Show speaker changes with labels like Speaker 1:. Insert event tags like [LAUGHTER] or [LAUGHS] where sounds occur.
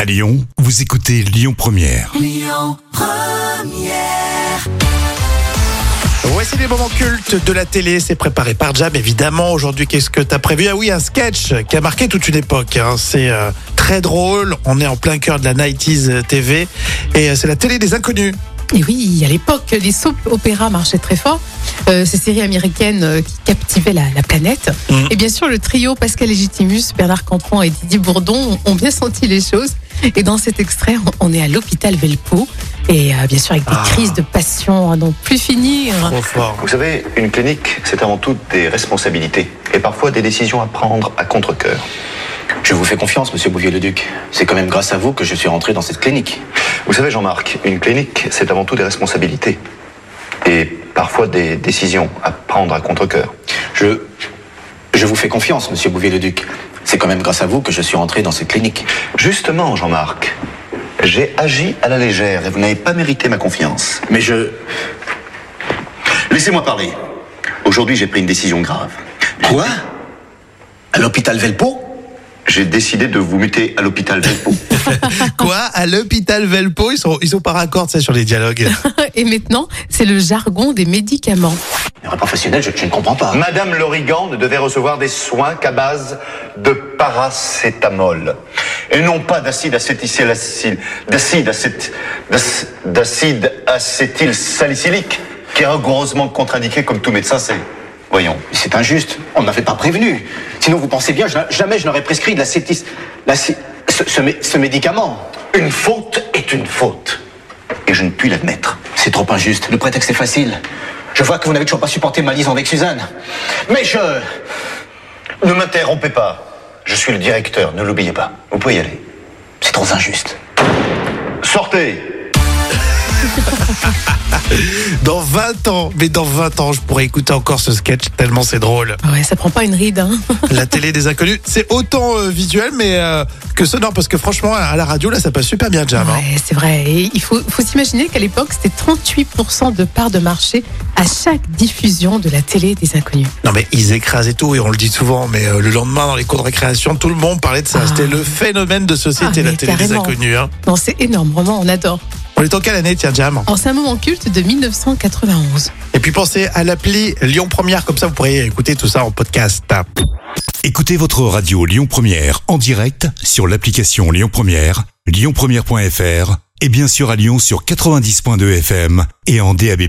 Speaker 1: À Lyon, vous écoutez Lyon Première.
Speaker 2: Voici les moments cultes de la télé, c'est préparé par Jam évidemment. Aujourd'hui, qu'est-ce que t'as prévu Ah oui, un sketch qui a marqué toute une époque. hein. C'est euh, très drôle, on est en plein cœur de la 90s TV et euh, c'est la télé des inconnus.
Speaker 3: Et oui, à l'époque, les soap opéras marchaient très fort. Euh, ces séries américaines euh, qui captivaient la, la planète.
Speaker 2: Mhm.
Speaker 3: Et bien sûr, le trio Pascal Légitimus, Bernard Campan et Didier Bourdon ont bien senti les choses. Et dans cet extrait, on- on est à l'hôpital Velpo. Et euh, bien sûr, avec des
Speaker 2: Ah.
Speaker 3: crises de passion à n'en plus finir.
Speaker 2: Trop fort.
Speaker 4: Vous savez, une clinique, c'est avant tout des responsabilités et parfois des décisions à prendre à contre-cœur.
Speaker 5: Je vous fais confiance, monsieur Bouvier-le-Duc. C'est quand même grâce à vous que je suis rentré dans cette clinique.
Speaker 4: Vous savez, Jean-Marc, une clinique, c'est avant tout des responsabilités et parfois des décisions à prendre à contre-cœur.
Speaker 5: Je. Je vous fais confiance, monsieur Bouvier-le-Duc. C'est quand même grâce à vous que je suis rentré dans cette clinique.
Speaker 4: Justement, Jean-Marc, j'ai agi à la légère et vous n'avez pas mérité ma confiance.
Speaker 5: Mais je.
Speaker 4: Laissez-moi parler. Aujourd'hui, j'ai pris une décision grave.
Speaker 5: Quoi À l'hôpital Velpo
Speaker 4: J'ai décidé de vous muter à
Speaker 5: [LAUGHS]
Speaker 4: l'hôpital Velpo.
Speaker 2: Quoi À l'hôpital Velpo, ils sont, ils sont par accord ça, sur les [LAUGHS] dialogues.
Speaker 3: [LAUGHS] Et maintenant, c'est le jargon des médicaments.
Speaker 5: Un professionnel, je, je ne comprends pas.
Speaker 4: Madame Lorigan ne devait recevoir des soins qu'à base de paracétamol. Et non pas d'acide acétylsalicylique, d'acide acét- d'ac- d'acide acétylsalicylique, qui est rigoureusement contre-indiqué comme tout médecin sait. Voyons.
Speaker 5: C'est injuste. On ne m'avait pas prévenu. Sinon, vous pensez bien, je n'a- jamais je n'aurais prescrit de la cétis. La cé- ce, ce mé- ce médicament.
Speaker 4: Une faute est une faute. Et je ne puis l'admettre.
Speaker 5: C'est trop injuste. Le prétexte est facile. Je vois que vous n'avez toujours pas supporté ma liaison avec Suzanne. Mais je.
Speaker 4: Ne m'interrompez pas. Je suis le directeur, ne l'oubliez pas. Vous pouvez y aller.
Speaker 5: C'est trop injuste.
Speaker 4: Sortez
Speaker 2: Dans 20 ans, mais dans 20 ans, je pourrais écouter encore ce sketch tellement c'est drôle.
Speaker 3: Ah Ouais, ça prend pas une ride. Hein.
Speaker 2: La télé des inconnus, c'est autant euh, visuel mais euh, que sonore parce que franchement, à la radio là, ça passe super bien Jam. hein.
Speaker 3: [LAUGHS] Ouais, c'est vrai. Et il faut, faut s'imaginer qu'à l'époque, c'était 38% de part de marché à chaque diffusion de la télé des inconnus.
Speaker 2: Non mais ils écrasaient tout et on le dit souvent, mais euh, le lendemain dans les cours de récréation, tout le monde parlait de ça.
Speaker 3: Ah.
Speaker 2: C'était le phénomène de société,
Speaker 3: Ah,
Speaker 2: la
Speaker 3: mais
Speaker 2: télé des
Speaker 3: carrément.
Speaker 2: inconnus. Hein.
Speaker 3: Non, c'est énorme, vraiment, on adore.
Speaker 2: On est en quelle année, tiens Jam
Speaker 3: Alors, c'est un moment culte de 1991.
Speaker 2: Et puis pensez à l'appli Lyon Première, comme ça vous pourrez écouter tout ça en podcast.
Speaker 1: Écoutez votre radio Lyon Première en direct sur l'application Lyon Première, lyonpremière.fr et bien sûr à Lyon sur 90.2 FM et en DAB+.